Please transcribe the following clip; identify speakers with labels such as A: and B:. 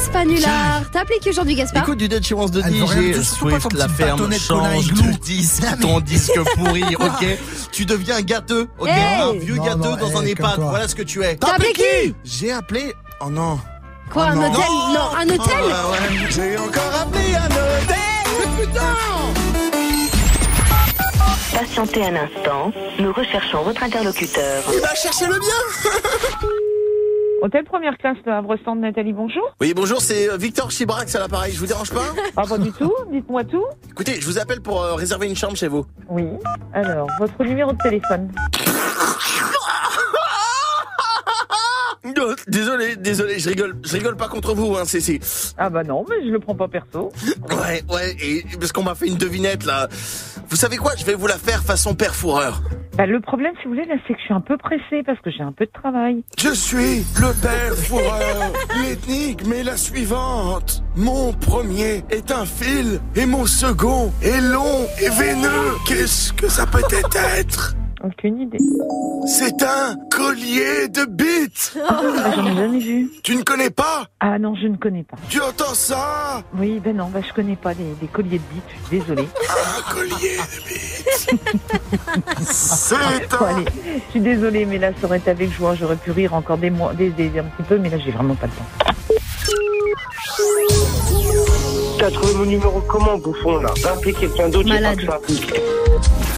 A: Gaspanular. T'as appelé qui aujourd'hui, Gaspard
B: Écoute du Dutch Wants de
C: Elle veut rien du
B: DJ
C: tout, surtout pas
B: Swift,
C: ton
B: la
C: petit
B: ferme
C: bâtonnet de
B: change
C: Colin Igloo.
B: de disque, ton disque pourri, ok Tu deviens gâteux, ok
A: Hey
B: Un vieux
C: Non,
B: gâteux
C: non,
B: dans un
C: hey, comme
B: EHPAD,
C: toi.
B: voilà ce que tu es.
A: T'as appelé qui
B: J'ai appelé... Oh non
A: Quoi, un hôtel Non, un hôtel
B: Ah ouais. J'ai encore appelé un hôtel Putain
D: Patientez un instant, nous recherchons votre interlocuteur.
B: Il va chercher le bien
E: Hôtel première classe de Havre Centre, Nathalie, bonjour.
B: Oui, bonjour, c'est euh, Victor Chibrax à l'appareil, je vous dérange pas
E: Ah, pas du tout, dites-moi tout.
B: Écoutez, je vous appelle pour euh, réserver une chambre chez vous.
E: Oui. Alors, votre numéro de téléphone.
B: Non, Désolé, désolé, je rigole, je rigole pas contre vous, hein, c'est... c'est-
E: Ah, bah non, mais je le prends pas perso.
B: Ouais, ouais, et parce qu'on m'a fait une devinette là. Vous savez quoi Je vais vous la faire façon père fourreur.
E: Bah, le problème, si vous voulez, là, c'est que je suis un peu pressée parce que j'ai un peu de travail.
B: Je suis le père fourreur. L'énigme est la suivante. Mon premier est un fil et mon second est long et veineux. Qu'est-ce que ça peut être
E: Aucune idée.
B: C'est un collier de bites.
E: Bah, j'en ai jamais vu.
B: Tu ne connais pas
E: Ah, non, je ne connais pas.
B: Tu entends ça
E: Oui, ben non, bah, je connais pas les, les colliers de bites, je suis désolée.
B: Un collier de bites. C'est
E: Bon,
B: un
E: allez, je suis désolée, mais là, ça aurait été avec joie, j'aurais pu rire encore des mois, des, des- un petit peu, mais là, j'ai vraiment pas le temps.
F: T'as trouvé mon numéro comment, bouffon, là Va appeler quelqu'un d'autre, j'ai pas
A: Malade.
F: que ça.